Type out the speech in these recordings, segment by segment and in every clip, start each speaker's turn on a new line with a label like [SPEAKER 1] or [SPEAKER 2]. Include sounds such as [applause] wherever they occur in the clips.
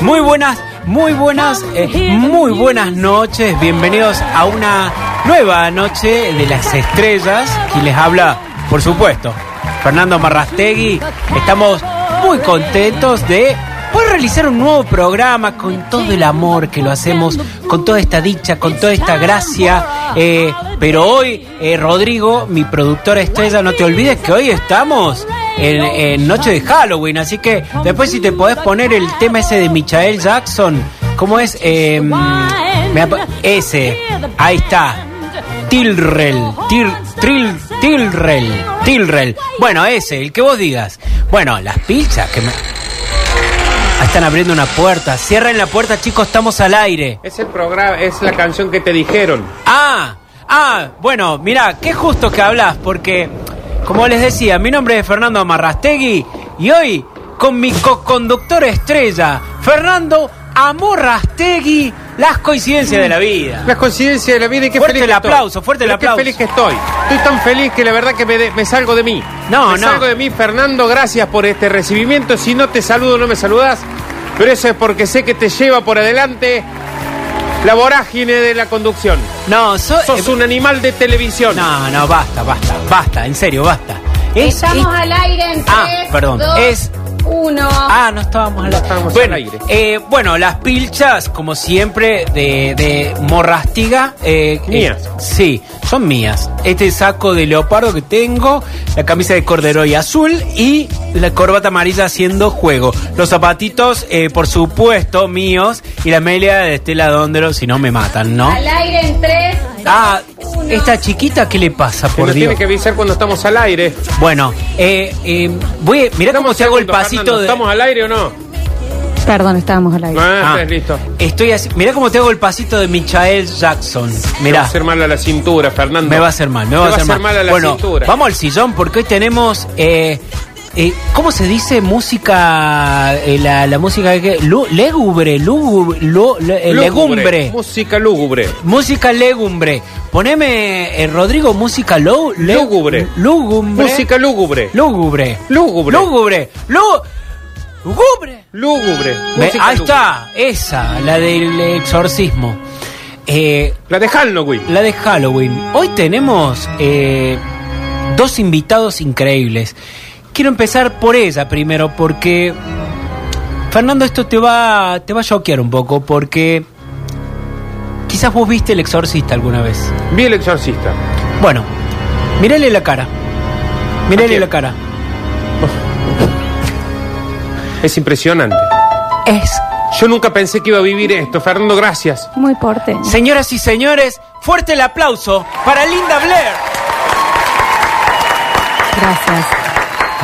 [SPEAKER 1] Muy buenas, muy buenas, eh, muy buenas noches. Bienvenidos a una nueva noche de las estrellas. Y les habla, por supuesto, Fernando Marrastegui. Estamos muy contentos de poder realizar un nuevo programa con todo el amor que lo hacemos, con toda esta dicha, con toda esta gracia. Eh, pero hoy, eh, Rodrigo, mi productora estrella, no te olvides que hoy estamos en, en noche de Halloween. Así que después si te podés poner el tema ese de Michael Jackson, ¿cómo es? Eh, me ap- ese, ahí está. Tilrel, Til, Tril, Tilrel, Tilrel. Bueno, ese, el que vos digas. Bueno, las pilchas que me... Ah, Están abriendo una puerta. Cierren la puerta, chicos, estamos al aire.
[SPEAKER 2] Es el programa, es la canción que te dijeron.
[SPEAKER 1] Ah, ah, bueno, mirá, qué justo que hablas, porque, como les decía, mi nombre es Fernando Amarrastegui y hoy con mi co-conductor estrella, Fernando Amorrastegui, las coincidencias de la vida.
[SPEAKER 2] Las coincidencias de la vida y qué
[SPEAKER 1] Fuerte
[SPEAKER 2] feliz
[SPEAKER 1] el
[SPEAKER 2] que
[SPEAKER 1] aplauso,
[SPEAKER 2] estoy.
[SPEAKER 1] fuerte el
[SPEAKER 2] Pero qué
[SPEAKER 1] aplauso.
[SPEAKER 2] feliz que estoy. Estoy tan feliz que la verdad que me, de- me salgo de mí.
[SPEAKER 1] No,
[SPEAKER 2] me
[SPEAKER 1] no.
[SPEAKER 2] salgo de mí, Fernando. Gracias por este recibimiento. Si no te saludo, no me saludás. Pero eso es porque sé que te lleva por adelante la vorágine de la conducción.
[SPEAKER 1] No, so-
[SPEAKER 2] Sos
[SPEAKER 1] eh,
[SPEAKER 2] un animal de televisión.
[SPEAKER 1] no, no, basta, basta, basta, en serio, basta. Es-
[SPEAKER 3] Estamos
[SPEAKER 1] es-
[SPEAKER 3] al aire en
[SPEAKER 1] Ah,
[SPEAKER 3] 3,
[SPEAKER 1] perdón,
[SPEAKER 3] 2,
[SPEAKER 1] es-
[SPEAKER 3] 1.
[SPEAKER 1] Ah, no estábamos al
[SPEAKER 2] No estábamos
[SPEAKER 1] bueno,
[SPEAKER 2] al aire.
[SPEAKER 1] eh, bueno, las pilchas, como siempre, de, de Morrastiga. eh,
[SPEAKER 2] Mías.
[SPEAKER 1] eh, sí, son mías. Este saco de leopardo que tengo, la camisa de cordero y azul y la corbata amarilla haciendo juego. Los zapatitos, eh, por supuesto, míos y la melia de Estela Dondero, si no me matan, ¿no?
[SPEAKER 3] Al aire en 3, 2,
[SPEAKER 1] Ah,
[SPEAKER 3] 1.
[SPEAKER 1] esta chiquita, ¿qué le pasa,
[SPEAKER 2] Que
[SPEAKER 1] por
[SPEAKER 2] nos
[SPEAKER 1] Dios?
[SPEAKER 2] tiene que avisar cuando estamos al aire.
[SPEAKER 1] Bueno, eh, eh, voy, mirá
[SPEAKER 2] Dame
[SPEAKER 1] cómo
[SPEAKER 2] un
[SPEAKER 1] se hago el
[SPEAKER 2] segundo,
[SPEAKER 1] pasito
[SPEAKER 2] Fernando.
[SPEAKER 1] de...
[SPEAKER 2] ¿Estamos al aire o no?
[SPEAKER 3] Perdón, estábamos al aire.
[SPEAKER 2] Ah,
[SPEAKER 1] Ah.
[SPEAKER 2] estás listo.
[SPEAKER 1] Estoy así. Mirá cómo te hago el pasito de Michael Jackson.
[SPEAKER 2] Me va a
[SPEAKER 1] Mirá.
[SPEAKER 2] hacer mal a la cintura, Fernando.
[SPEAKER 1] Me va a hacer mal, me va,
[SPEAKER 2] Te
[SPEAKER 1] a hacer mal.
[SPEAKER 2] a la
[SPEAKER 1] bueno,
[SPEAKER 2] cintura.
[SPEAKER 1] vamos al sillón porque hoy tenemos. eh, eh, ¿Cómo se dice música? eh, la, la música que. lu- Lúgubre, lúgubre, lu- le- eh,
[SPEAKER 2] Lúgubre,
[SPEAKER 1] legumbre.
[SPEAKER 2] Música lúgubre.
[SPEAKER 1] Música legumbre. Poneme, eh, Rodrigo, música lou- le-
[SPEAKER 2] Lúgubre.
[SPEAKER 1] Lúgubre.
[SPEAKER 2] Música lúgubre.
[SPEAKER 1] lúgubre.
[SPEAKER 2] Lúgubre.
[SPEAKER 1] Lúgubre. Lú- Lúgubre.
[SPEAKER 2] Lúgubre.
[SPEAKER 1] Ve,
[SPEAKER 2] música
[SPEAKER 1] ahí
[SPEAKER 2] lúgubre.
[SPEAKER 1] está, esa, la del exorcismo. Eh,
[SPEAKER 2] La de Halloween.
[SPEAKER 1] la de Halloween. Hoy tenemos eh, dos invitados increíbles. Quiero empezar por ella primero, porque Fernando, esto te va, te va a choquear un poco, porque quizás vos viste el exorcista alguna vez.
[SPEAKER 2] Vi el exorcista.
[SPEAKER 1] Bueno, mírale la cara. Mírale
[SPEAKER 2] quién?
[SPEAKER 1] la cara.
[SPEAKER 2] Es impresionante.
[SPEAKER 1] Es
[SPEAKER 2] Yo nunca pensé que iba a vivir esto. Fernando, gracias.
[SPEAKER 3] Muy porte.
[SPEAKER 1] Señoras y señores, fuerte el aplauso para Linda Blair.
[SPEAKER 3] Gracias.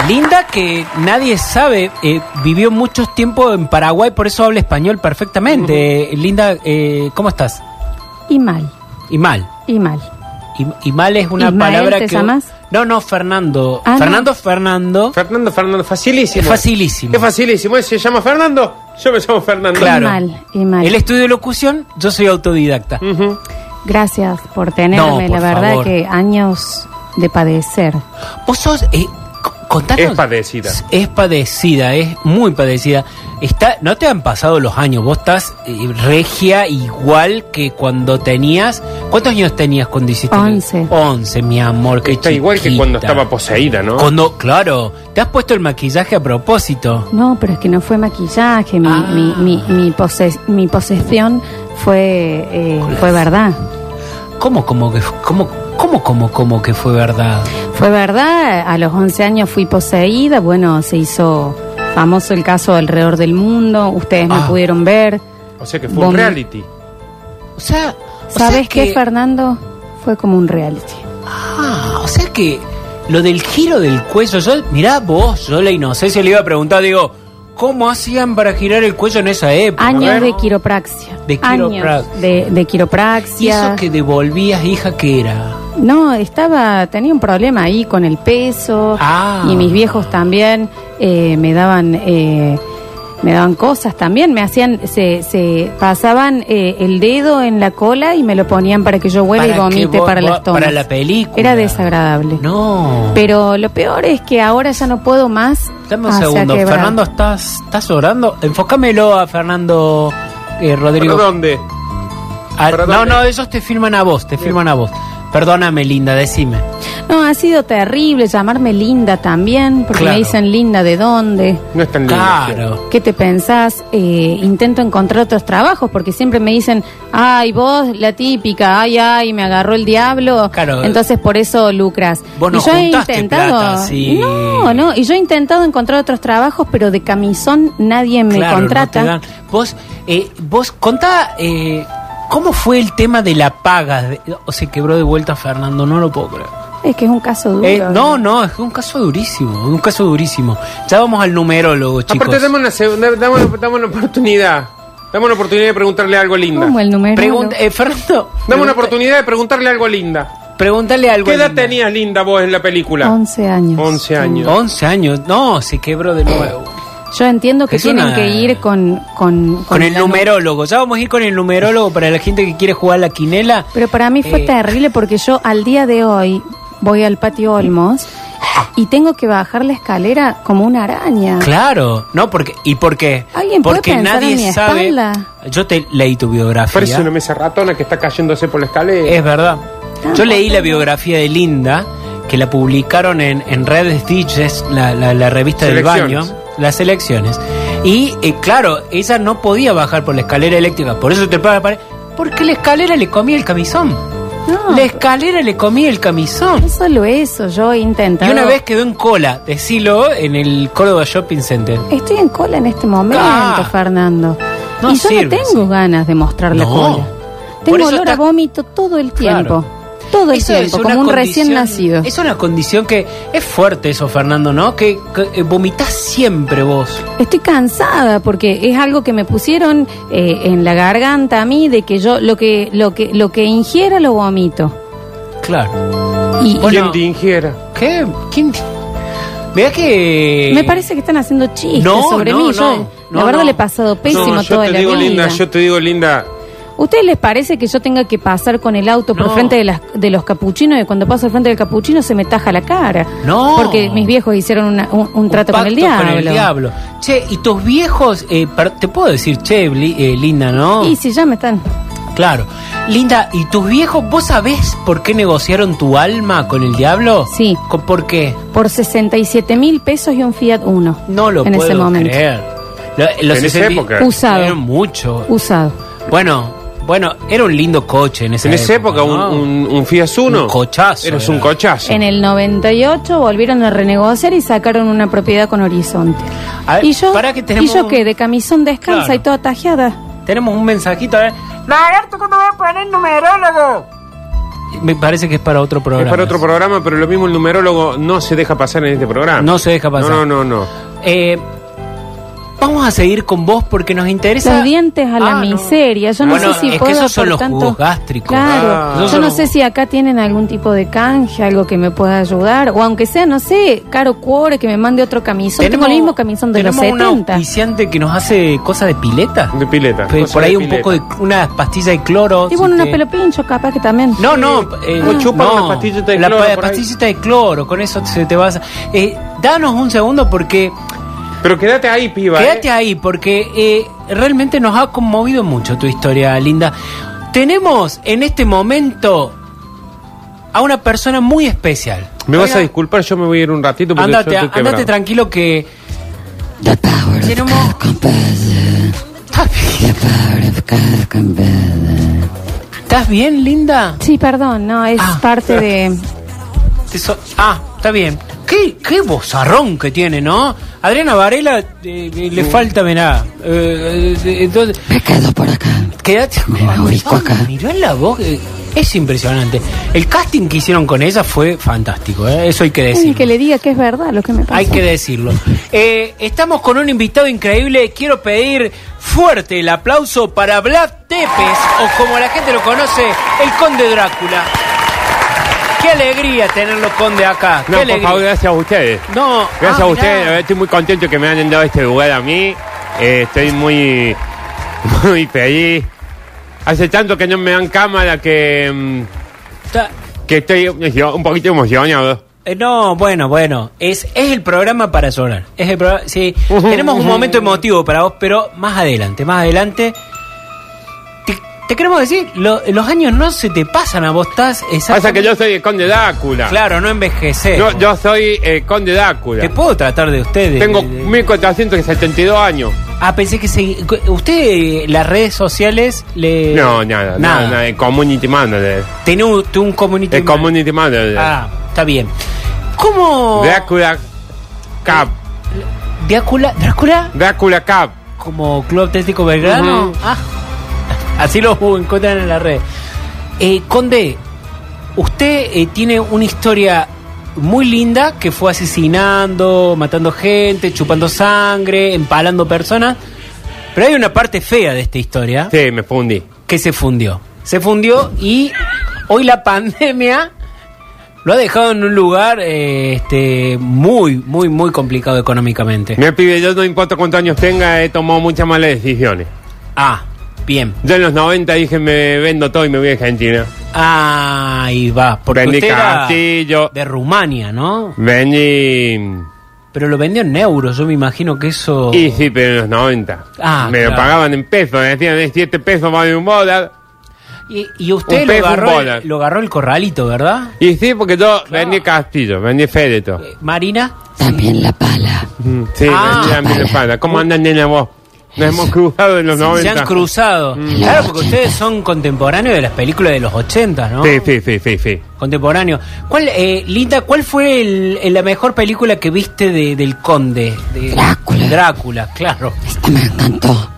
[SPEAKER 1] Linda, que nadie sabe, eh, vivió muchos tiempos en Paraguay, por eso habla español perfectamente. Eh, Linda, eh, ¿cómo estás?
[SPEAKER 3] Y mal,
[SPEAKER 1] Y mal.
[SPEAKER 3] y mal.
[SPEAKER 1] Y, y mal es una
[SPEAKER 3] Ismael,
[SPEAKER 1] palabra
[SPEAKER 3] ¿te
[SPEAKER 1] que.
[SPEAKER 3] llamas?
[SPEAKER 1] No, no, Fernando.
[SPEAKER 3] Ah, no.
[SPEAKER 1] Fernando, Fernando.
[SPEAKER 2] Fernando, Fernando, facilísimo.
[SPEAKER 1] Es facilísimo.
[SPEAKER 2] Es facilísimo. Él se llama Fernando. Yo me llamo Fernando.
[SPEAKER 1] Claro.
[SPEAKER 3] Y mal, y mal.
[SPEAKER 1] El estudio de locución, yo soy autodidacta.
[SPEAKER 2] Ujú.
[SPEAKER 3] Gracias por
[SPEAKER 1] No,
[SPEAKER 3] tenerme.
[SPEAKER 1] por
[SPEAKER 3] la verdad
[SPEAKER 1] favor.
[SPEAKER 3] que años de padecer.
[SPEAKER 1] Vos sos. eh, co- contanos-
[SPEAKER 2] Es padecida.
[SPEAKER 1] Es padecida, es muy padecida. Está, no te han pasado los años, vos estás eh, regia igual que cuando tenías. ¿Cuántos años tenías cuando hiciste? el-
[SPEAKER 3] Once.
[SPEAKER 1] Once, mi amor. Que
[SPEAKER 2] Está igual que cuando estaba poseída, ¿no?
[SPEAKER 1] Cuando, claro, te has puesto el maquillaje a propósito.
[SPEAKER 3] No, pero es que no fue maquillaje. Mi,
[SPEAKER 1] Ah.
[SPEAKER 3] mi, mi, mi, poses- mi posesión fue, eh, fue verdad.
[SPEAKER 1] ¿Cómo, como que, cómo, cómo, cómo, cómo que fue verdad?
[SPEAKER 3] Fue verdad, a los 11 años fui poseída, bueno, se hizo famoso el caso alrededor del mundo, ustedes
[SPEAKER 1] Ah.
[SPEAKER 3] me pudieron ver.
[SPEAKER 2] O sea que fue un
[SPEAKER 3] Vom-
[SPEAKER 2] reality.
[SPEAKER 1] O sea, o sea
[SPEAKER 3] ¿Sabes qué,
[SPEAKER 1] que-
[SPEAKER 3] Fernando? Fue como un reality.
[SPEAKER 1] Ah, o sea que lo del giro del cuello, yo, mirá vos, yo la inocencia le iba a preguntar, digo, ¿cómo hacían para girar el cuello en esa época?
[SPEAKER 3] Años
[SPEAKER 2] ver.
[SPEAKER 3] de quiropraxia.
[SPEAKER 1] De quiropraxia.
[SPEAKER 3] Años de, de
[SPEAKER 1] ¿Y
[SPEAKER 3] quiropraxia.
[SPEAKER 1] eso que devolvías, hija, qué era?
[SPEAKER 3] No, estaba, tenía un problema ahí con el peso
[SPEAKER 1] Ah.
[SPEAKER 3] y mis viejos también eh, me daban, eh, me daban cosas también, me hacían, se, se pasaban eh, el dedo en la cola y me lo ponían para que yo huela y
[SPEAKER 1] Para que
[SPEAKER 3] vomite
[SPEAKER 1] vos-
[SPEAKER 3] para
[SPEAKER 1] vos-
[SPEAKER 3] las tomas.
[SPEAKER 1] para la película.
[SPEAKER 3] Era desagradable.
[SPEAKER 1] No.
[SPEAKER 3] Pero lo peor es que ahora ya no puedo más
[SPEAKER 1] Dame un
[SPEAKER 3] Ah, se ha
[SPEAKER 1] segundo.
[SPEAKER 3] quebrado.
[SPEAKER 1] Fernando, ¿estás, ¿estás orando? Enfócamelo a Fernando eh, Rodrigo.
[SPEAKER 2] ¿Por dónde?
[SPEAKER 1] Ah,
[SPEAKER 2] ¿Para
[SPEAKER 1] no,
[SPEAKER 2] dónde?
[SPEAKER 1] no, ellos te firman a vos, te firman a vos. Perdóname, linda, decime.
[SPEAKER 3] No, ha sido terrible llamarme linda también, porque
[SPEAKER 1] Claro.
[SPEAKER 3] me dicen linda de dónde.
[SPEAKER 2] No es tan lindo.
[SPEAKER 1] Claro.
[SPEAKER 3] ¿Qué te pensás? Eh, intento encontrar otros trabajos porque siempre me dicen, ay, vos la típica, ay, ay, me agarró el diablo.
[SPEAKER 1] Claro. eh,
[SPEAKER 3] Entonces por eso lucras.
[SPEAKER 1] Vos no juntaste plata, sí.
[SPEAKER 3] No, no, y yo he intentado encontrar otros trabajos, pero de camisón nadie me
[SPEAKER 1] Claro, no
[SPEAKER 3] contrata.
[SPEAKER 1] te dan. Vos, eh, vos contá eh, cómo fue el tema de la paga. De- O se quebró de vuelta Fernando, no lo puedo creer.
[SPEAKER 3] es que es un caso duro.
[SPEAKER 1] Eh, no, no, es un caso durísimo, un caso durísimo. Ya vamos al numerólogo, chicos.
[SPEAKER 2] Aparte, dame una, segunda, dame, una- dame una oportunidad. Dame una oportunidad de preguntarle algo a Linda.
[SPEAKER 3] ¿Cómo el número?
[SPEAKER 1] Pregunta- eh, Fernando,
[SPEAKER 2] Dame una
[SPEAKER 1] pregunta-
[SPEAKER 2] oportunidad de preguntarle algo a Linda.
[SPEAKER 1] Pregúntale algo.
[SPEAKER 2] ¿Qué
[SPEAKER 1] a
[SPEAKER 2] edad
[SPEAKER 1] Linda.
[SPEAKER 2] tenías, Linda, vos en la película?
[SPEAKER 3] 11 años.
[SPEAKER 2] 11 años.
[SPEAKER 1] 11 años. No, se quebró de nuevo.
[SPEAKER 3] Yo entiendo que
[SPEAKER 1] Es
[SPEAKER 3] tienen
[SPEAKER 1] una-
[SPEAKER 3] que ir con... Con, con
[SPEAKER 1] Con el
[SPEAKER 3] la-
[SPEAKER 1] numerólogo. Ya vamos a ir con el numerólogo para la gente que quiere jugar la quinela.
[SPEAKER 3] Pero para mí fue
[SPEAKER 1] Eh,
[SPEAKER 3] terrible porque yo al día de hoy voy al patio Olmos y tengo que bajar la escalera como una araña.
[SPEAKER 1] Claro, no porque y porque
[SPEAKER 3] ¿Alguien puede
[SPEAKER 1] porque
[SPEAKER 3] pensar en
[SPEAKER 1] nadie
[SPEAKER 3] mi
[SPEAKER 1] sabe.
[SPEAKER 3] espalda?
[SPEAKER 1] Yo te leí tu biografía.
[SPEAKER 2] Parece una mesa ratona que está cayéndose por la escalera.
[SPEAKER 1] Es verdad.
[SPEAKER 3] Ah,
[SPEAKER 1] Yo leí la biografía de Linda, que la publicaron en, en Redes Digest, la, la- la revista del baño,
[SPEAKER 2] Selecciones.
[SPEAKER 1] las elecciones. Y eh, claro, ella no podía bajar por la escalera eléctrica, por eso te paga la pared. Porque la escalera le comía el camisón.
[SPEAKER 3] No,
[SPEAKER 1] La escalera le comía el camisón.
[SPEAKER 3] no solo eso, yo he
[SPEAKER 1] Y
[SPEAKER 3] intentado.
[SPEAKER 1] una vez quedó en cola, decilo, en el Córdoba Shopping Center.
[SPEAKER 3] Estoy en cola en este momento,
[SPEAKER 1] Ah.
[SPEAKER 3] Fernando.
[SPEAKER 1] No
[SPEAKER 3] y yo
[SPEAKER 1] sirve,
[SPEAKER 3] no tengo
[SPEAKER 1] sí.
[SPEAKER 3] ganas de mostrar la
[SPEAKER 1] No.
[SPEAKER 3] cola.
[SPEAKER 1] Por
[SPEAKER 3] Tengo
[SPEAKER 1] eso
[SPEAKER 3] olor a
[SPEAKER 1] está-
[SPEAKER 3] vómito todo el
[SPEAKER 1] Claro.
[SPEAKER 3] tiempo. Todo el
[SPEAKER 1] Eso
[SPEAKER 3] tiempo,
[SPEAKER 1] es
[SPEAKER 3] como un
[SPEAKER 1] una
[SPEAKER 3] recién
[SPEAKER 1] condición-
[SPEAKER 3] nacido.
[SPEAKER 1] Es una condición que es fuerte eso, Fernando, ¿no? Que, que, eh, vomitás siempre vos.
[SPEAKER 3] Estoy cansada porque es algo que me pusieron eh, en la garganta a mí de que yo lo que lo que lo que ingiera lo vomito.
[SPEAKER 1] Claro.
[SPEAKER 3] Y,
[SPEAKER 2] ¿Quién
[SPEAKER 1] bueno.
[SPEAKER 2] te ingiera?
[SPEAKER 1] ¿Qué? ¿Quién? te- Vea que...
[SPEAKER 3] Me parece que están haciendo chistes
[SPEAKER 1] Eh, No,
[SPEAKER 3] sobre
[SPEAKER 1] no,
[SPEAKER 3] mí.
[SPEAKER 1] no,
[SPEAKER 3] Yo,
[SPEAKER 1] no,
[SPEAKER 3] la verdad
[SPEAKER 1] no.
[SPEAKER 3] le he pasado pésimo
[SPEAKER 2] No, yo
[SPEAKER 3] toda
[SPEAKER 2] te
[SPEAKER 3] la
[SPEAKER 2] digo,
[SPEAKER 3] vida.
[SPEAKER 2] Linda, yo te digo, Linda.
[SPEAKER 3] ¿Ustedes les parece que yo tenga que pasar con el auto por
[SPEAKER 1] No.
[SPEAKER 3] frente de, las, de los capuchinos y cuando paso al frente del capuchino se me taja la cara?
[SPEAKER 1] No.
[SPEAKER 3] Porque mis viejos hicieron una- un, un trato con el
[SPEAKER 1] pacto
[SPEAKER 3] diablo.
[SPEAKER 1] Con el diablo. Che, y tus viejos... eh, per- te puedo decir, che, Bli- eh, Linda, ¿no?
[SPEAKER 3] Y si ya me están.
[SPEAKER 1] Claro. Linda, ¿y tus viejos, vos sabés por qué negociaron tu alma con el diablo?
[SPEAKER 3] Sí.
[SPEAKER 1] ¿Con- ¿Por qué?
[SPEAKER 3] Por 67 mil pesos y un Fiat Uno.
[SPEAKER 1] No lo
[SPEAKER 3] en
[SPEAKER 1] puedo
[SPEAKER 3] ese momento.
[SPEAKER 1] creer. Lo- los
[SPEAKER 2] En esa
[SPEAKER 1] 60
[SPEAKER 2] época.
[SPEAKER 3] Usado.
[SPEAKER 1] Eran mucho.
[SPEAKER 3] Usado.
[SPEAKER 1] Bueno, bueno, era un lindo coche en esa
[SPEAKER 2] En esa época, un,
[SPEAKER 1] ¿no?
[SPEAKER 2] un, un Fiat Uno.
[SPEAKER 1] Un cochazo
[SPEAKER 2] Eras
[SPEAKER 1] era.
[SPEAKER 2] un cochazo.
[SPEAKER 3] En el 98 volvieron a renegociar y sacaron una propiedad con Horizonte.
[SPEAKER 1] A ver,
[SPEAKER 3] y yo,
[SPEAKER 1] pará que
[SPEAKER 3] y
[SPEAKER 1] tenemos-
[SPEAKER 3] yo qué, de camisón descalza
[SPEAKER 1] Claro.
[SPEAKER 3] y toda tajada.
[SPEAKER 1] Tenemos un mensajito, a ver.
[SPEAKER 4] Lagarto, ¿cuándo voy a poner numerólogo?
[SPEAKER 1] Me parece que es para otro programa.
[SPEAKER 2] Es para otro programa, pero lo mismo el numerólogo no se deja pasar en este programa.
[SPEAKER 1] No se deja pasar.
[SPEAKER 2] No, no, no.
[SPEAKER 1] Eh, vamos a seguir con vos porque nos interesa.
[SPEAKER 3] Los dientes a la
[SPEAKER 1] Ah, no.
[SPEAKER 3] miseria. Yo no
[SPEAKER 1] Bueno,
[SPEAKER 3] sé si
[SPEAKER 1] es que
[SPEAKER 3] puedo,
[SPEAKER 1] esos son
[SPEAKER 3] por
[SPEAKER 1] los
[SPEAKER 3] tanto-
[SPEAKER 1] jugos gástricos.
[SPEAKER 3] Claro.
[SPEAKER 2] Ah.
[SPEAKER 1] Esos
[SPEAKER 3] Yo
[SPEAKER 1] son
[SPEAKER 3] no
[SPEAKER 1] los-
[SPEAKER 3] sé si acá tienen algún tipo de canje, algo que me pueda ayudar. O aunque sea, no sé, caro cuore, que me mande otro camisón. Tengo el mismo camisón de los
[SPEAKER 1] tenemos un
[SPEAKER 3] 70.
[SPEAKER 1] auspiciante que nos hace cosas de pileta.
[SPEAKER 2] De pileta.
[SPEAKER 1] Pe-
[SPEAKER 2] Cosas
[SPEAKER 1] por ahí
[SPEAKER 2] de
[SPEAKER 1] un
[SPEAKER 2] pileta.
[SPEAKER 1] poco de unas pastillas de cloro.
[SPEAKER 3] Y bueno,
[SPEAKER 1] si
[SPEAKER 3] una
[SPEAKER 1] te-
[SPEAKER 3] pelopincho capaz que también.
[SPEAKER 1] No, no, eh,
[SPEAKER 2] O chupan
[SPEAKER 1] no.
[SPEAKER 2] una pastillita de
[SPEAKER 1] La
[SPEAKER 2] cloro
[SPEAKER 1] pa-
[SPEAKER 2] por ahí.
[SPEAKER 1] pastillita de cloro, con eso se te vas. a- Eh, danos un segundo porque
[SPEAKER 2] Pero quédate ahí, piba.
[SPEAKER 1] Quédate
[SPEAKER 2] eh.
[SPEAKER 1] ahí porque eh, realmente nos ha conmovido mucho tu historia, Linda. Tenemos en este momento a una persona muy especial.
[SPEAKER 2] Me vas a
[SPEAKER 1] Oiga,
[SPEAKER 2] disculpar, yo me voy a ir un ratito porque
[SPEAKER 1] Andate,
[SPEAKER 2] yo estoy
[SPEAKER 1] andate
[SPEAKER 2] quebrado.
[SPEAKER 1] tranquilo que
[SPEAKER 5] The power of
[SPEAKER 1] Tenemos-
[SPEAKER 5] God compassion. The power of God compassion.
[SPEAKER 1] ¿Estás bien, Linda?
[SPEAKER 3] Sí, perdón, no, es
[SPEAKER 1] Ah.
[SPEAKER 3] parte de.
[SPEAKER 1] Te so- ah, está bien. ¿Qué, qué bozarrón que tiene, ¿no? Adriana Varela eh, eh, le falta, mirá. eh, eh, entonces,
[SPEAKER 5] Me quedo por acá.
[SPEAKER 1] Quédate
[SPEAKER 5] Me ubico acá.
[SPEAKER 1] Mirá la voz. eh, Es impresionante. El casting que hicieron con ella fue fantástico. ¿eh? Eso hay que
[SPEAKER 3] Es el
[SPEAKER 1] decirlo.
[SPEAKER 3] que le diga que es verdad lo que me pasa.
[SPEAKER 1] Hay que decirlo. Eh, estamos con un invitado increíble. Quiero pedir fuerte el aplauso para Vlad Tepes, o como la gente lo conoce, el Conde Drácula. Qué alegría tenerlo, Conde, acá. Qué
[SPEAKER 2] No, por
[SPEAKER 1] alegría.
[SPEAKER 2] favor, gracias a ustedes.
[SPEAKER 1] No,
[SPEAKER 2] Gracias
[SPEAKER 1] ah,
[SPEAKER 2] a eh,
[SPEAKER 1] mirá.
[SPEAKER 2] ustedes, la verdad, estoy muy contento que me hayan dado este lugar a mí. Eh, estoy muy, [laughs] muy feliz. Hace tanto que no me dan cámara que, mm,
[SPEAKER 1] Está-
[SPEAKER 2] que estoy emocion- un poquito emocionado.
[SPEAKER 1] Eh, No, bueno, bueno. Es, es el programa para llorar. Es el programa, sí. Tenemos un momento emotivo para vos, pero más adelante, más adelante. Te, te queremos decir, lo- los años no se te pasan a vos, estás
[SPEAKER 2] Pasa que
[SPEAKER 1] exactamente-
[SPEAKER 2] yo soy el conde Dácula.
[SPEAKER 1] Claro, no envejeces.
[SPEAKER 2] Yo, yo soy el conde Dácula.
[SPEAKER 1] Te puedo tratar de ustedes.
[SPEAKER 2] Tengo 1472 años.
[SPEAKER 1] Ah, pensé que se... Usted, eh, las redes sociales le...
[SPEAKER 2] No, nada, nada, nada, el community manager.
[SPEAKER 1] Tiene un, tuvo un community
[SPEAKER 2] El
[SPEAKER 1] man-
[SPEAKER 2] community manager.
[SPEAKER 1] Ah, está bien. ¿Cómo...
[SPEAKER 2] Drácula Cap.
[SPEAKER 1] Drácula... Drácula...
[SPEAKER 2] Drácula Cap.
[SPEAKER 1] Como Club Atlético Belgrano.
[SPEAKER 2] Ujú.
[SPEAKER 1] Ah, así lo encuentran en la red. Eh, Conde, usted eh, tiene una historia muy linda que fue asesinando, matando gente, chupando sangre, empalando personas. Pero hay una parte fea de esta historia
[SPEAKER 2] Sí, me fundí.
[SPEAKER 1] que se fundió. Se fundió y hoy la [laughs] pandemia lo ha dejado en un lugar eh, este, muy, muy, muy complicado
[SPEAKER 2] [laughs]
[SPEAKER 1] económicamente.
[SPEAKER 2] Me pide, yo no importa cuántos años tenga, he tomado muchas malas decisiones.
[SPEAKER 1] Ah, bien.
[SPEAKER 2] Yo en los 90 dije, me vendo todo y me voy a Argentina.
[SPEAKER 1] Ahí va. Porque
[SPEAKER 2] Vendí
[SPEAKER 1] usted era
[SPEAKER 2] castillo.
[SPEAKER 1] de Rumania, ¿no?
[SPEAKER 2] Vendí...
[SPEAKER 1] Pero lo vendió en euros, yo me imagino que eso...
[SPEAKER 2] Y sí, pero en los 90.
[SPEAKER 1] Oh. Ah,
[SPEAKER 2] me lo
[SPEAKER 1] claro.
[SPEAKER 2] pagaban en pesos, me decían, "Es 7 pesos vale un dólar.
[SPEAKER 1] Y, y usted lo
[SPEAKER 2] Un pez, un
[SPEAKER 1] agarró,
[SPEAKER 2] bola.
[SPEAKER 1] el, lo agarró el corralito, ¿verdad?
[SPEAKER 2] Y sí, porque yo vendí castillo, vendí féreto.
[SPEAKER 1] Eh, Marina.
[SPEAKER 5] También la pala.
[SPEAKER 2] Mm, Sí,
[SPEAKER 1] Ah.
[SPEAKER 2] vendí a
[SPEAKER 1] [laughs]
[SPEAKER 2] mi espalda. ¿Cómo andan, nena, vos? Nos hemos cruzado en los 90.
[SPEAKER 1] Se han cruzado.
[SPEAKER 2] Mm.
[SPEAKER 1] Claro, porque ustedes son contemporáneos de las películas de los 80, ¿no?
[SPEAKER 2] Sí, sí, sí, sí, sí.
[SPEAKER 1] Contemporáneo. ¿Cuál, eh, Linda, cuál fue el- el- la mejor película que viste de- del conde? De-
[SPEAKER 5] Drácula.
[SPEAKER 1] Drácula, claro.
[SPEAKER 5] Esta me encantó.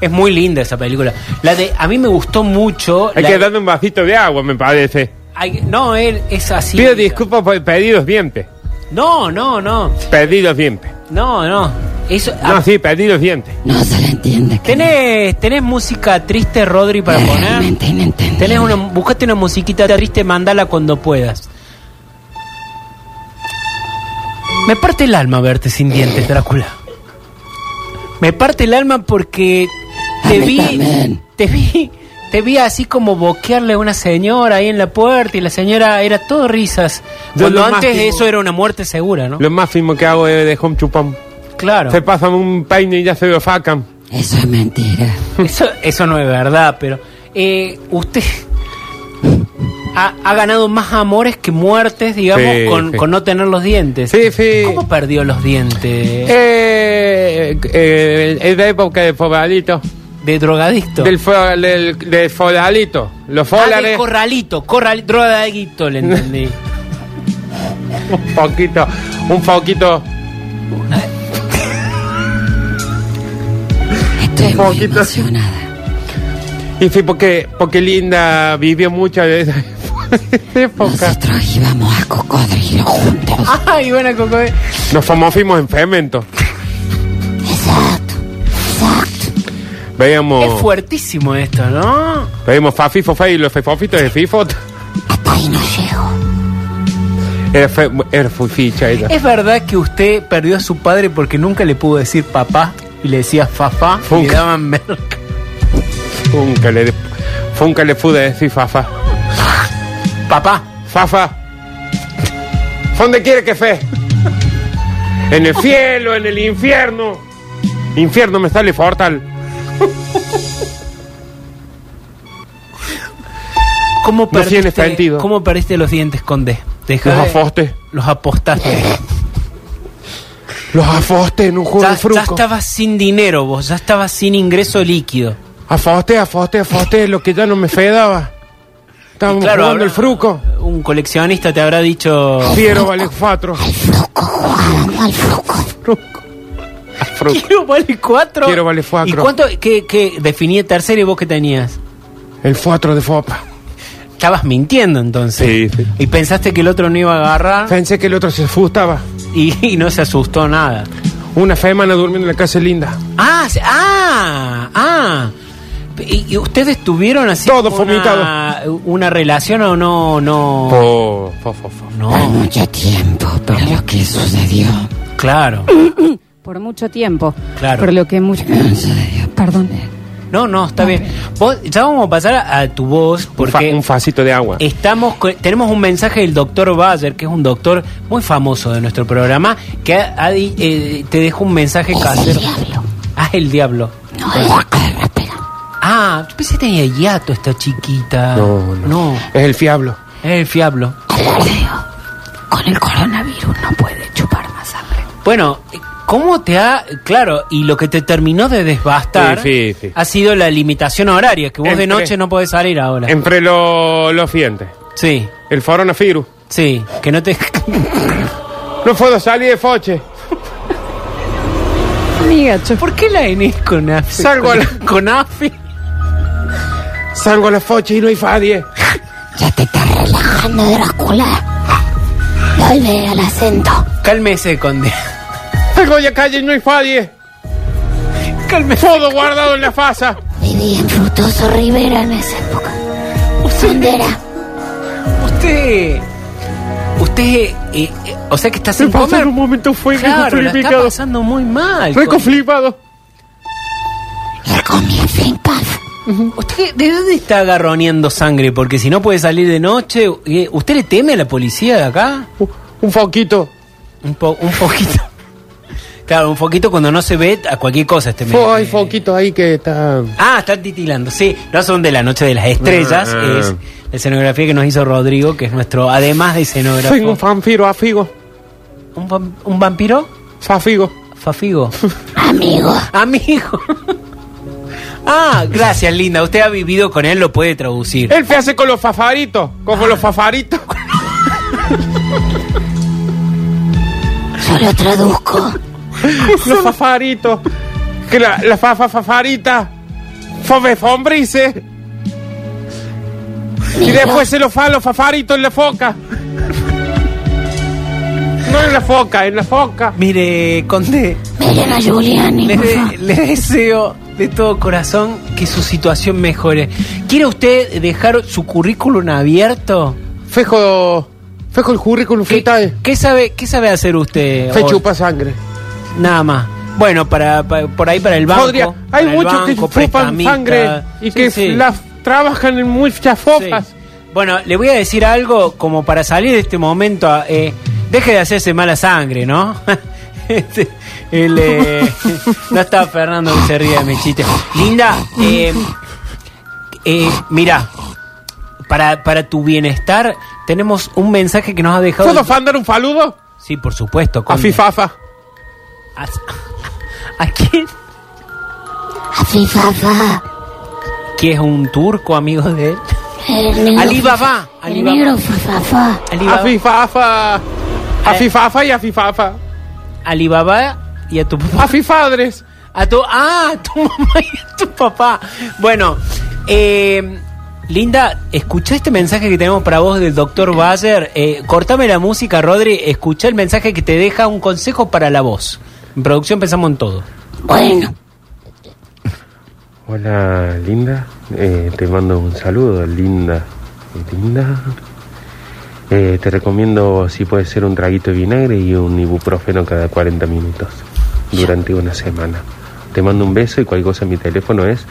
[SPEAKER 1] Es muy linda esa película. La de, a mí me gustó mucho.
[SPEAKER 2] Hay
[SPEAKER 1] la-
[SPEAKER 2] que darle un vasito de agua, me parece.
[SPEAKER 1] Ay, no, él es así.
[SPEAKER 2] Pido disculpas por pedidos dientes.
[SPEAKER 1] No, no, no.
[SPEAKER 2] Perdidos dientes.
[SPEAKER 1] No, no. Eso,
[SPEAKER 2] No,
[SPEAKER 1] ah,
[SPEAKER 2] sí, perdidos dientes.
[SPEAKER 5] No se le entiende. que
[SPEAKER 1] ¿tenés, tenés música triste, Rodri, para
[SPEAKER 2] Eh,
[SPEAKER 5] es
[SPEAKER 1] poner.
[SPEAKER 5] Realmente inentendible.
[SPEAKER 1] Tenés una, buscate una musiquita triste, mandala cuando puedas. Me parte el alma verte sin
[SPEAKER 2] Eh.
[SPEAKER 1] dientes, Drácula. Me parte el alma porque te
[SPEAKER 5] A mí
[SPEAKER 1] vi,
[SPEAKER 5] también.
[SPEAKER 1] te vi, te vi así como boquearle a una señora ahí en la puerta y la señora era todo risas.
[SPEAKER 2] Yo
[SPEAKER 1] Cuando
[SPEAKER 2] lo más
[SPEAKER 1] antes
[SPEAKER 2] que-
[SPEAKER 1] eso era una muerte segura, ¿no?
[SPEAKER 2] Lo máximo que hago es dejar un chupón.
[SPEAKER 1] Claro.
[SPEAKER 2] Se pasan un peine y ya se lo sacan.
[SPEAKER 5] Eso es mentira.
[SPEAKER 1] [laughs] Eso, eso no es verdad, pero eh, usted ha, ha ganado más amores que muertes, digamos,
[SPEAKER 2] Sí,
[SPEAKER 1] con,
[SPEAKER 2] sí.
[SPEAKER 1] con no tener los dientes.
[SPEAKER 2] Sí, sí.
[SPEAKER 1] ¿Cómo perdió los dientes?
[SPEAKER 2] Eh, eh, es de época del foradito.
[SPEAKER 1] de drogadicto.
[SPEAKER 2] Del, fo- del, del foradito. Los
[SPEAKER 1] Ah, de
[SPEAKER 2] folares.
[SPEAKER 1] corralito, corral, drogadicto, le entendí.
[SPEAKER 2] [laughs] un poquito. Un poquito.
[SPEAKER 5] Estoy
[SPEAKER 2] Un
[SPEAKER 5] muy
[SPEAKER 2] poquito.
[SPEAKER 5] emocionada.
[SPEAKER 2] Y sí, porque, porque Linda vivió mucho de esa [laughs] época.
[SPEAKER 5] Nosotros íbamos a cocodrilo juntos.
[SPEAKER 1] Ay, bueno, Coco. eh.
[SPEAKER 2] Nos famofimos en fermento.
[SPEAKER 5] Exacto. Exacto.
[SPEAKER 1] Es
[SPEAKER 2] Veíamos.
[SPEAKER 1] fuertísimo esto, ¿no?
[SPEAKER 2] Veíamos Fafifo Fe y los Fefofitos de Fifo. [laughs]
[SPEAKER 5] Hasta ahí no llego.
[SPEAKER 2] Era, fe, era fuficha ella.
[SPEAKER 1] ¿Es verdad que usted perdió a su padre porque nunca le pudo decir papá y le decía fafá y le
[SPEAKER 2] Nunca.
[SPEAKER 1] daban merca?
[SPEAKER 2] Nunca le, nunca le pude decir Fafa.
[SPEAKER 1] Papá.
[SPEAKER 2] Fafa. ¿Dónde quiere que fe? En el cielo, en el infierno. Infierno me sale fortal.
[SPEAKER 1] ¿Cómo
[SPEAKER 2] tiene
[SPEAKER 1] perdiste,
[SPEAKER 2] sentido.
[SPEAKER 1] ¿Cómo perdiste los dientes, Conde? Dejá
[SPEAKER 2] Los
[SPEAKER 1] de-
[SPEAKER 2] afostes.
[SPEAKER 1] Los apostaste.
[SPEAKER 2] Los afostes en un juego
[SPEAKER 1] ya,
[SPEAKER 2] de fruco.
[SPEAKER 1] ya estabas sin dinero vos, ya estabas sin ingreso líquido.
[SPEAKER 2] Afoste, afoste, afoste, lo que ya no me fedaba. Estábamos jugando
[SPEAKER 1] habrá-
[SPEAKER 2] el fruco.
[SPEAKER 1] Un coleccionista te habrá dicho... [laughs]
[SPEAKER 2] Fiero valefatro.
[SPEAKER 5] Fruco, jugábamos al fruco.
[SPEAKER 2] Fruco. Al fruco.
[SPEAKER 1] Quiero vale cuatro.
[SPEAKER 2] Quiero vale cuatro.
[SPEAKER 1] ¿Y cuánto? ¿Qué, qué definí tercero y vos qué tenías?
[SPEAKER 2] El fuatro de fopa.
[SPEAKER 1] Estabas mintiendo entonces.
[SPEAKER 2] Sí, sí.
[SPEAKER 1] Y pensaste que el otro no iba a agarrar
[SPEAKER 2] Pensé que el otro se asustaba.
[SPEAKER 1] y, y no se asustó nada.
[SPEAKER 2] Una femana durmiendo en la casa de linda.
[SPEAKER 1] Ah, se- ah, ah. ¿Y, y ustedes tuvieron así
[SPEAKER 2] Todo
[SPEAKER 1] una,
[SPEAKER 2] vomitado.
[SPEAKER 1] una relación o no? No. Oh.
[SPEAKER 2] Po, fo, fo, fo.
[SPEAKER 5] Por
[SPEAKER 1] No,
[SPEAKER 5] mucho tiempo, pero lo que sucedió,
[SPEAKER 1] claro.
[SPEAKER 3] Por mucho tiempo.
[SPEAKER 1] Claro. [laughs]
[SPEAKER 3] Por lo que mucho.
[SPEAKER 5] no sucedió.
[SPEAKER 3] Perdón.
[SPEAKER 1] No, no, está bien. Vos, ya vamos a pasar a, a tu voz
[SPEAKER 2] Un, fa-
[SPEAKER 1] porque Eh,
[SPEAKER 2] un facito de agua.
[SPEAKER 1] estamos co- tenemos un mensaje del doctor Bayer, que es un doctor muy famoso de nuestro programa, que ha- ha di- eh, te dejó un mensaje
[SPEAKER 5] Es el
[SPEAKER 1] casero.
[SPEAKER 5] diablo.
[SPEAKER 1] Ah, el diablo.
[SPEAKER 5] No, es la cabra, pero.
[SPEAKER 1] Ah, yo pensé que tenía hiato esta chiquita.
[SPEAKER 2] No, no, Es el fiablo.
[SPEAKER 1] es el fiablo.
[SPEAKER 5] Alardeo. Con el coronavirus no puede chupar más sangre.
[SPEAKER 1] Bueno, ¿cómo te ha...? Claro, y lo que te terminó de desbastar
[SPEAKER 2] Sí, sí, sí.
[SPEAKER 1] ha sido la limitación horaria, que vos de
[SPEAKER 2] Entre- Em-
[SPEAKER 1] noche no podés salir ahora.
[SPEAKER 2] Entre lo- los fientes.
[SPEAKER 1] Sí,
[SPEAKER 2] El coronavirus.
[SPEAKER 1] sí, que no te...
[SPEAKER 2] No puedo salir de foche.
[SPEAKER 3] Amiga, yo-
[SPEAKER 1] ¿Por qué la N con AFI?
[SPEAKER 2] Salgo a la-
[SPEAKER 1] [laughs] Con AFI.
[SPEAKER 2] Salgo a la foche y no hay fadie.
[SPEAKER 5] Ya te estás relajando, Drácula. Vuelve al acento.
[SPEAKER 1] Cálmese, conde.
[SPEAKER 2] Salgo a la calle y no hay fadie.
[SPEAKER 1] Cálmese.
[SPEAKER 2] Todo guardado en la fasa.
[SPEAKER 5] Viví en Frutoso Rivera en esa época. ¿Dónde era?
[SPEAKER 1] Usted... Usted... eh, eh, o sea que está
[SPEAKER 2] Me
[SPEAKER 1] sin
[SPEAKER 2] pasó
[SPEAKER 1] comer.
[SPEAKER 2] en un momento fue
[SPEAKER 1] Claro, la está
[SPEAKER 2] flipado.
[SPEAKER 1] pasando muy mal.
[SPEAKER 2] Rico
[SPEAKER 1] con-
[SPEAKER 2] flipado.
[SPEAKER 5] Le comí el fling puff.
[SPEAKER 1] ¿Usted de dónde está agarroneando sangre? Porque si no puede salir de noche... eh, ¿Usted le teme a la policía de acá?
[SPEAKER 2] Un- Un foquito.
[SPEAKER 1] Un, po- un poquito. [laughs] Claro, un poquito cuando no se ve a cualquier cosa este mes.
[SPEAKER 2] Fo- hay foquito ahí que está.
[SPEAKER 1] Ah, está titilando, sí. No son de la noche de las estrellas,
[SPEAKER 2] Ah.
[SPEAKER 1] es la escenografía que nos hizo Rodrigo, que es nuestro, además de escenógrafo.
[SPEAKER 2] Tengo un fanfiro, afigo.
[SPEAKER 1] ¿Un, vam- un vampiro?
[SPEAKER 2] Fafigo. [laughs]
[SPEAKER 1] Fafigo.
[SPEAKER 5] Amigo,
[SPEAKER 1] Amigo. [laughs] Ah, gracias, linda. Usted ha vivido con él, lo puede traducir.
[SPEAKER 2] Él se hace con los fafaritos. Como
[SPEAKER 1] [laughs]
[SPEAKER 2] los fafaritos.
[SPEAKER 5] yo lo traduzco.
[SPEAKER 2] los fafaritos. Que la, la fafa fafarita. Fome fombrices. Y después se lo fa los fafaritos en la foca. No en la foca, en la foca.
[SPEAKER 1] Mire, Conde,
[SPEAKER 5] Miren a Giuliani,
[SPEAKER 1] le,
[SPEAKER 5] por
[SPEAKER 1] de-
[SPEAKER 5] favor.
[SPEAKER 1] le deseo de todo corazón que su situación mejore. ¿Quiere usted dejar su currículum abierto?
[SPEAKER 2] Fejo. Fejo el currículum
[SPEAKER 1] ¿Qué,
[SPEAKER 2] fritae.
[SPEAKER 1] qué sabe, ¿Qué sabe hacer usted?
[SPEAKER 2] Fe
[SPEAKER 1] Or?
[SPEAKER 2] chupa sangre.
[SPEAKER 1] Nada más. Bueno, para, pa- por ahí para el banco.
[SPEAKER 2] Podría-
[SPEAKER 1] para
[SPEAKER 2] hay
[SPEAKER 1] el
[SPEAKER 2] muchos que
[SPEAKER 1] banco,
[SPEAKER 2] chupan
[SPEAKER 1] prestamista.
[SPEAKER 2] sangre y
[SPEAKER 1] Sí,
[SPEAKER 2] que
[SPEAKER 1] sí,
[SPEAKER 2] las trabajan en muchas
[SPEAKER 1] sí.
[SPEAKER 2] focas.
[SPEAKER 1] Bueno, le voy a decir algo como para salir de este momento. a- eh, deje de hacerse mala sangre, ¿no? [laughs] Este, el,
[SPEAKER 2] [laughs]
[SPEAKER 1] eh, no está Fernando que se ríe de mi chiste. Linda, eh, eh, mira, para, para tu bienestar tenemos un mensaje que nos ha dejado...
[SPEAKER 2] ¿Puedo mandar un faludo?
[SPEAKER 1] Sí, por supuesto.
[SPEAKER 2] A
[SPEAKER 1] conde.
[SPEAKER 2] Fifafa.
[SPEAKER 1] ¿A, a quién?
[SPEAKER 5] Así, papá.
[SPEAKER 1] que es un turco amigo de él.
[SPEAKER 5] El negro.
[SPEAKER 1] Ali Baba, Ali
[SPEAKER 5] El
[SPEAKER 1] Baba.
[SPEAKER 5] negro, papá.
[SPEAKER 1] Ali
[SPEAKER 2] A
[SPEAKER 1] Baba,
[SPEAKER 2] Fifafa. A
[SPEAKER 1] Eh.
[SPEAKER 2] Fifafa y a Fifafa.
[SPEAKER 1] Ali Baba y a tu
[SPEAKER 2] A
[SPEAKER 1] papá.
[SPEAKER 2] Fifadres.
[SPEAKER 1] A tu, ah, a tu [laughs] mamá y a tu papá. Bueno, eh, Linda, escucha este mensaje que tenemos para vos del doctor Bayer. Eh, cortame la música, Rodri. Escucha el mensaje que te deja un consejo para la voz. En producción pensamos en todo.
[SPEAKER 5] Bueno,
[SPEAKER 6] Hola Linda, Eh, te mando un saludo, Linda. Eh, Linda. Eh, te recomiendo si puede ser un traguito de vinagre y un ibuprofeno cada 40 minutos durante una semana. Te mando un beso y cualquier cosa mi teléfono es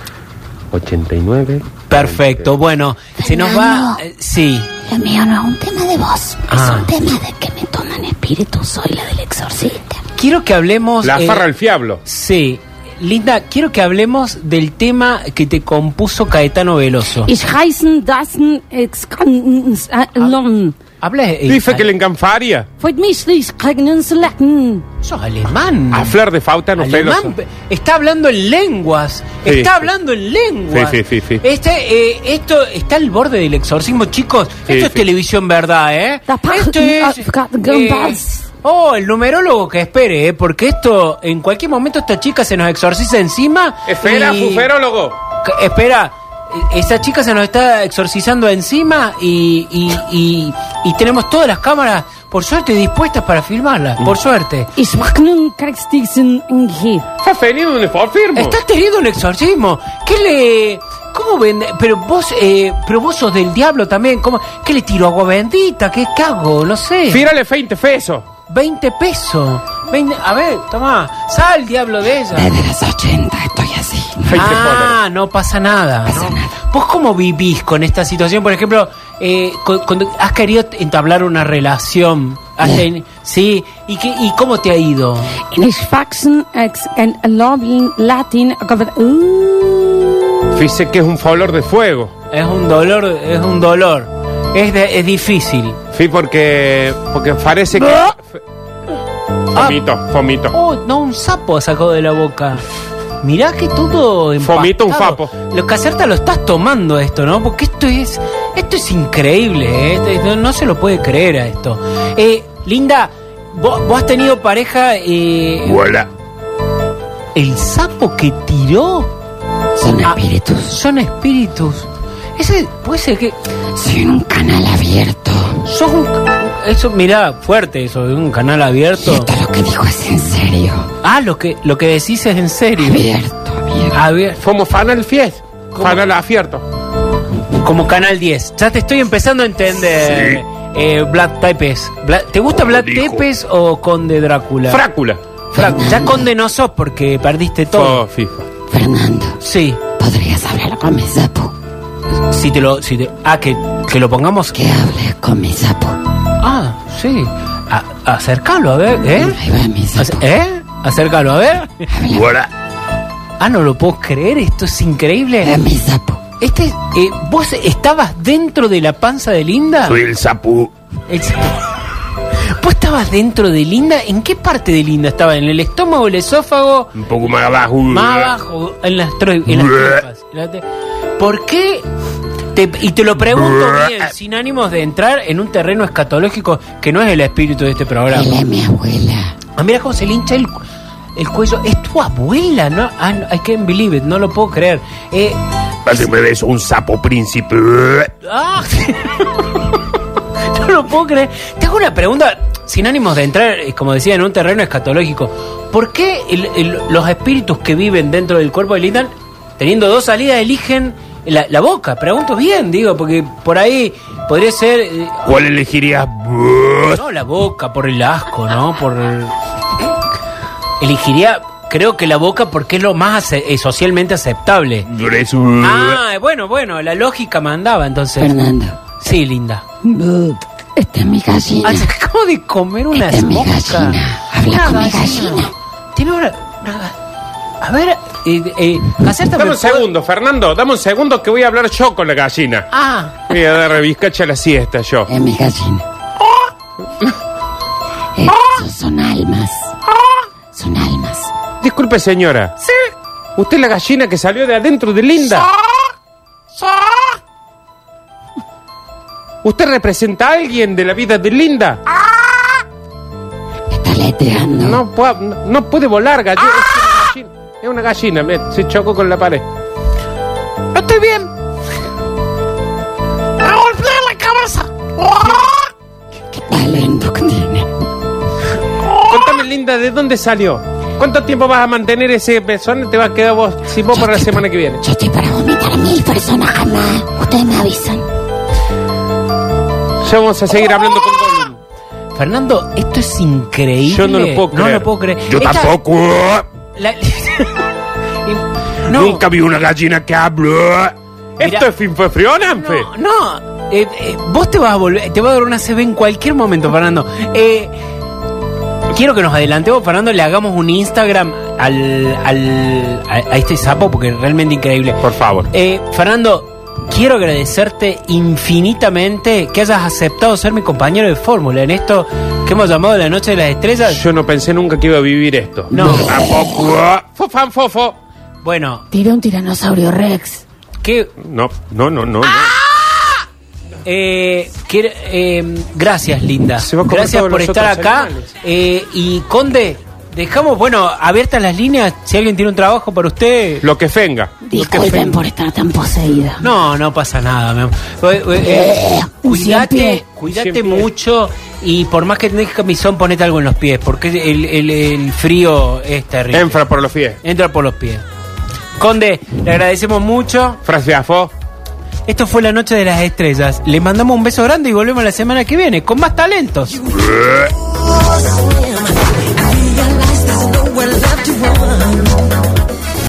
[SPEAKER 6] 89.
[SPEAKER 1] Perfecto, bueno, se nos va. eh, sí.
[SPEAKER 5] lo mío no es un tema de voz.
[SPEAKER 1] Ah.
[SPEAKER 5] Es un tema de que me toman espíritu. Soy la del exorcista.
[SPEAKER 1] Quiero que hablemos.
[SPEAKER 2] La
[SPEAKER 1] eh,
[SPEAKER 2] farra al fiablo.
[SPEAKER 1] Sí. Linda, quiero que hablemos del tema que te compuso Caetano Veloso.
[SPEAKER 3] Ich heißen das
[SPEAKER 1] Ah.
[SPEAKER 3] Exkanzlern.
[SPEAKER 1] Hablas eh,
[SPEAKER 2] Dice
[SPEAKER 1] ale-
[SPEAKER 2] que le encanfaría.
[SPEAKER 3] Freut mich, dich Kanzlern.
[SPEAKER 1] sos alemán.
[SPEAKER 2] A Flor de Fauta no
[SPEAKER 1] Mm. Alemán,
[SPEAKER 2] felos.
[SPEAKER 1] pe- está hablando en lenguas.
[SPEAKER 2] Sí.
[SPEAKER 1] Está hablando en lenguas.
[SPEAKER 2] Sí, sí, sí, sí.
[SPEAKER 1] Este, eh, esto está al borde del exorcismo, chicos.
[SPEAKER 2] Sí,
[SPEAKER 1] esto es
[SPEAKER 2] sí.
[SPEAKER 1] televisión verdad, ¿eh?
[SPEAKER 3] La paz-
[SPEAKER 1] Esto es. eh, Oh, el numerólogo que espere, ¿eh? porque esto, en cualquier momento esta chica se nos exorciza encima.
[SPEAKER 2] Espera,
[SPEAKER 1] y-
[SPEAKER 2] fuferólogo.
[SPEAKER 1] C- Espera, e- esta chica se nos está exorcizando encima y, y- y- y tenemos todas las cámaras, por suerte, dispuestas para filmarla, por suerte.
[SPEAKER 3] Ich mach nun kriegst diesen Inge.
[SPEAKER 2] Está venido un firmo.
[SPEAKER 1] Está teniendo un exorcismo. ¿Qué le...? ¿Cómo vende? Pero vos, eh, pero vos sos del diablo también. ¿Cómo? ¿Qué le tiro agua bendita? ¿Qué cago? No sé.
[SPEAKER 2] Fírale 20 pesos.
[SPEAKER 1] 20 pesos. 20 A ver, toma. Sal, diablo de ella.
[SPEAKER 5] Eh, Desde los 80 estoy así.
[SPEAKER 2] Hay que
[SPEAKER 1] Ah, no pasa nada. ¿no? ¿Vos cómo vivís con esta situación? Por ejemplo, eh, cu- cuando has querido entablar una relación, has ten- ¿sí? ¿Y, qué, ¿Y cómo te ha ido?
[SPEAKER 3] In ich faxen ex- en loving Latin. Uh,
[SPEAKER 2] poner. Fíjese que es un favor de fuego.
[SPEAKER 1] Es un dolor, es un dolor. Es, de- es difícil.
[SPEAKER 2] Sí, porque, porque parece que...
[SPEAKER 1] Ah.
[SPEAKER 2] Fomito, fomito.
[SPEAKER 1] Oh, no, un sapo sacó de la boca. Mirá que todo empastado.
[SPEAKER 2] Fomito un fapo.
[SPEAKER 1] Lo que acerta lo estás tomando esto, ¿no? Porque esto es esto es increíble, ¿eh? Esto- no, no se lo puede creer a esto. Eh, Linda, vos, vos has tenido pareja eh,
[SPEAKER 2] Vuela.
[SPEAKER 1] el sapo que tiró
[SPEAKER 5] Son
[SPEAKER 1] Ah.
[SPEAKER 5] espíritus.
[SPEAKER 1] son espíritus. Ese puede ser que
[SPEAKER 5] Soy en un canal abierto.
[SPEAKER 1] sos un eso mirá, fuerte eso, un canal
[SPEAKER 5] Y
[SPEAKER 1] abierto.
[SPEAKER 5] esto lo que digo es en serio.
[SPEAKER 1] Ah, lo que lo que decís es en serio.
[SPEAKER 5] Abierto, abierto.
[SPEAKER 1] A ver,
[SPEAKER 2] Como fanal fies. Fanal afierto.
[SPEAKER 1] Como Canal 10. Ya te estoy empezando a entender. Eh, Vlad Tepes. Bla- ¿Te gusta Vlad Tepes o Conde Drácula?
[SPEAKER 2] Frácula.
[SPEAKER 1] Fra- Ya Conde no sos porque perdiste todo.
[SPEAKER 2] Oh, fijo.
[SPEAKER 5] Fernando,
[SPEAKER 1] Sí.
[SPEAKER 5] ¿podrías hablar con mi sapo?
[SPEAKER 1] Si te lo... Si te- ah, que, que lo pongamos...
[SPEAKER 5] Que hables con mi sapo.
[SPEAKER 1] Ah, sí. A, acercalo, a ver. ¿Eh?
[SPEAKER 5] Ahí va mi
[SPEAKER 1] Ac-
[SPEAKER 5] sapo.
[SPEAKER 1] ¿Eh? Acércalo, a ver. Ah, no lo puedo creer. Esto es
[SPEAKER 5] Ahí va
[SPEAKER 1] increíble.
[SPEAKER 5] mi sapo.
[SPEAKER 1] Este... eh, ¿Vos estabas dentro de la panza de Linda?
[SPEAKER 2] el sapu.
[SPEAKER 1] El sapo. ¿Vos estabas dentro de Linda? ¿En qué parte de Linda estaba? ¿En el estómago, el esófago?
[SPEAKER 2] Un poco más abajo.
[SPEAKER 1] Más abajo, en las, tro- en las tripas. En la te- ¿Por qué? te- y te lo pregunto bien, sin ánimos de entrar en un terreno escatológico que no es el espíritu de este
[SPEAKER 5] Él
[SPEAKER 1] programa.
[SPEAKER 5] es mi abuela.
[SPEAKER 1] Ah, mira cómo se le hincha el, cu- el cuello. Es tu abuela, ¿no? Ah, no, I can't believe it, no lo puedo creer. Eh,
[SPEAKER 2] me ves un sapo príncipe.
[SPEAKER 1] Ah, [laughs] no lo puedo creer. Te hago una pregunta sin ánimos de entrar, eh, como decía, en un terreno escatológico. ¿Por qué el- el- los espíritus que viven dentro del cuerpo de Lindan, teniendo dos salidas, eligen la, la boca? Pregunto bien, digo, porque por ahí podría ser... eh,
[SPEAKER 2] ¿Cuál elegirías?
[SPEAKER 1] no la boca, por el asco, ¿no? Por... el- Elegiría, creo que la boca porque es lo más ace- eh, socialmente aceptable. Ah, bueno, bueno, la lógica mandaba entonces.
[SPEAKER 5] Fernando,
[SPEAKER 1] Sí, linda.
[SPEAKER 5] esta es mi gallina.
[SPEAKER 1] Ah, se acabo de comer una
[SPEAKER 5] Esta es mi
[SPEAKER 1] mosca.
[SPEAKER 5] gallina. Habla
[SPEAKER 1] Una
[SPEAKER 5] con mi gallina.
[SPEAKER 1] Tiene una. una ga- a ver, eh, eh, Caserta,
[SPEAKER 2] Dame
[SPEAKER 1] ¿me
[SPEAKER 2] un
[SPEAKER 1] puede-
[SPEAKER 2] segundo, Fernando. Dame un segundo que voy a hablar yo con la gallina.
[SPEAKER 1] Ah,
[SPEAKER 2] Voy a dar reviscacha a la siesta yo.
[SPEAKER 5] Es mi
[SPEAKER 2] [laughs]
[SPEAKER 5] gallina. Eh, son- son almas. Son almas.
[SPEAKER 2] Disculpe, señora. Sí. ¿Usted es la gallina que salió de adentro de Linda? ¿Usted representa a alguien de la vida de Linda?
[SPEAKER 5] Está leteando.
[SPEAKER 2] No, puede, no, no puede volar, gallo.
[SPEAKER 7] ¡Ah!
[SPEAKER 2] Es una gallina. Es una gallina, me- se chocó con la pared.
[SPEAKER 7] No estoy bien. Me golpeé la cabeza.
[SPEAKER 5] Qué talento que tiene.
[SPEAKER 2] Contame, Linda, ¿de dónde salió? ¿Cuánto tiempo vas a mantener ese pezón? Te va a quedar vos sin vos para la semana que viene.
[SPEAKER 5] Yo estoy para vomitar mil personas jamás. Ustedes me avisan.
[SPEAKER 2] Ya vamos a seguir hablando con Gollum.
[SPEAKER 1] Fernando, esto es increíble.
[SPEAKER 2] Yo no lo puedo creer.
[SPEAKER 1] No lo puedo creer. Esta- la- [laughs] no,
[SPEAKER 2] vi una gallina que habló. ¿Esto es Finfefrionanfe?
[SPEAKER 1] No, no. eh, eh, vos te vas a volver. Te va a dar una CB en cualquier momento, Fernando. Eh, quiero que nos adelantemos, Fernando, le hagamos un Instagram al, al- a, a este sapo porque es realmente increíble.
[SPEAKER 2] Por favor.
[SPEAKER 1] Eh, Fernando, quiero agradecerte infinitamente que hayas aceptado ser mi compañero de fórmula en esto que hemos llamado la Noche de las Estrellas.
[SPEAKER 2] Yo no pensé nunca que iba a vivir esto.
[SPEAKER 1] No.
[SPEAKER 2] Tampoco. Fofan, fofo.
[SPEAKER 1] Bueno,
[SPEAKER 5] Tiré un tiranosaurio Rex.
[SPEAKER 1] que,
[SPEAKER 2] No, no, no, no. no.
[SPEAKER 1] eh, quiero- eh, gracias, Linda.
[SPEAKER 2] Se va a comer
[SPEAKER 1] Gracias
[SPEAKER 2] todos
[SPEAKER 1] por
[SPEAKER 2] los
[SPEAKER 1] estar
[SPEAKER 2] otros
[SPEAKER 1] acá.
[SPEAKER 2] animales.
[SPEAKER 1] Eh, y Conde, dejamos, bueno, abiertas las líneas. Si alguien tiene un trabajo para usted.
[SPEAKER 2] Lo que venga.
[SPEAKER 5] Disculpen por estar tan poseída.
[SPEAKER 1] No, no pasa nada, mi amor. Eh, eh, eh,
[SPEAKER 5] Un cien
[SPEAKER 1] cuídate,
[SPEAKER 5] pie.
[SPEAKER 1] cuídate
[SPEAKER 2] Un cien pie.
[SPEAKER 1] mucho y por más que tenés camisón, ponete algo en los pies, porque el, el- el frío es terrible.
[SPEAKER 2] Enfra por los pies.
[SPEAKER 1] Entra por los pies. Conde, le agradecemos mucho.
[SPEAKER 2] Frasfiafo.
[SPEAKER 1] Esto fue la noche de las estrellas. Le mandamos un beso grande y volvemos la semana que viene con más talentos.
[SPEAKER 8] realize there's nowhere left to run.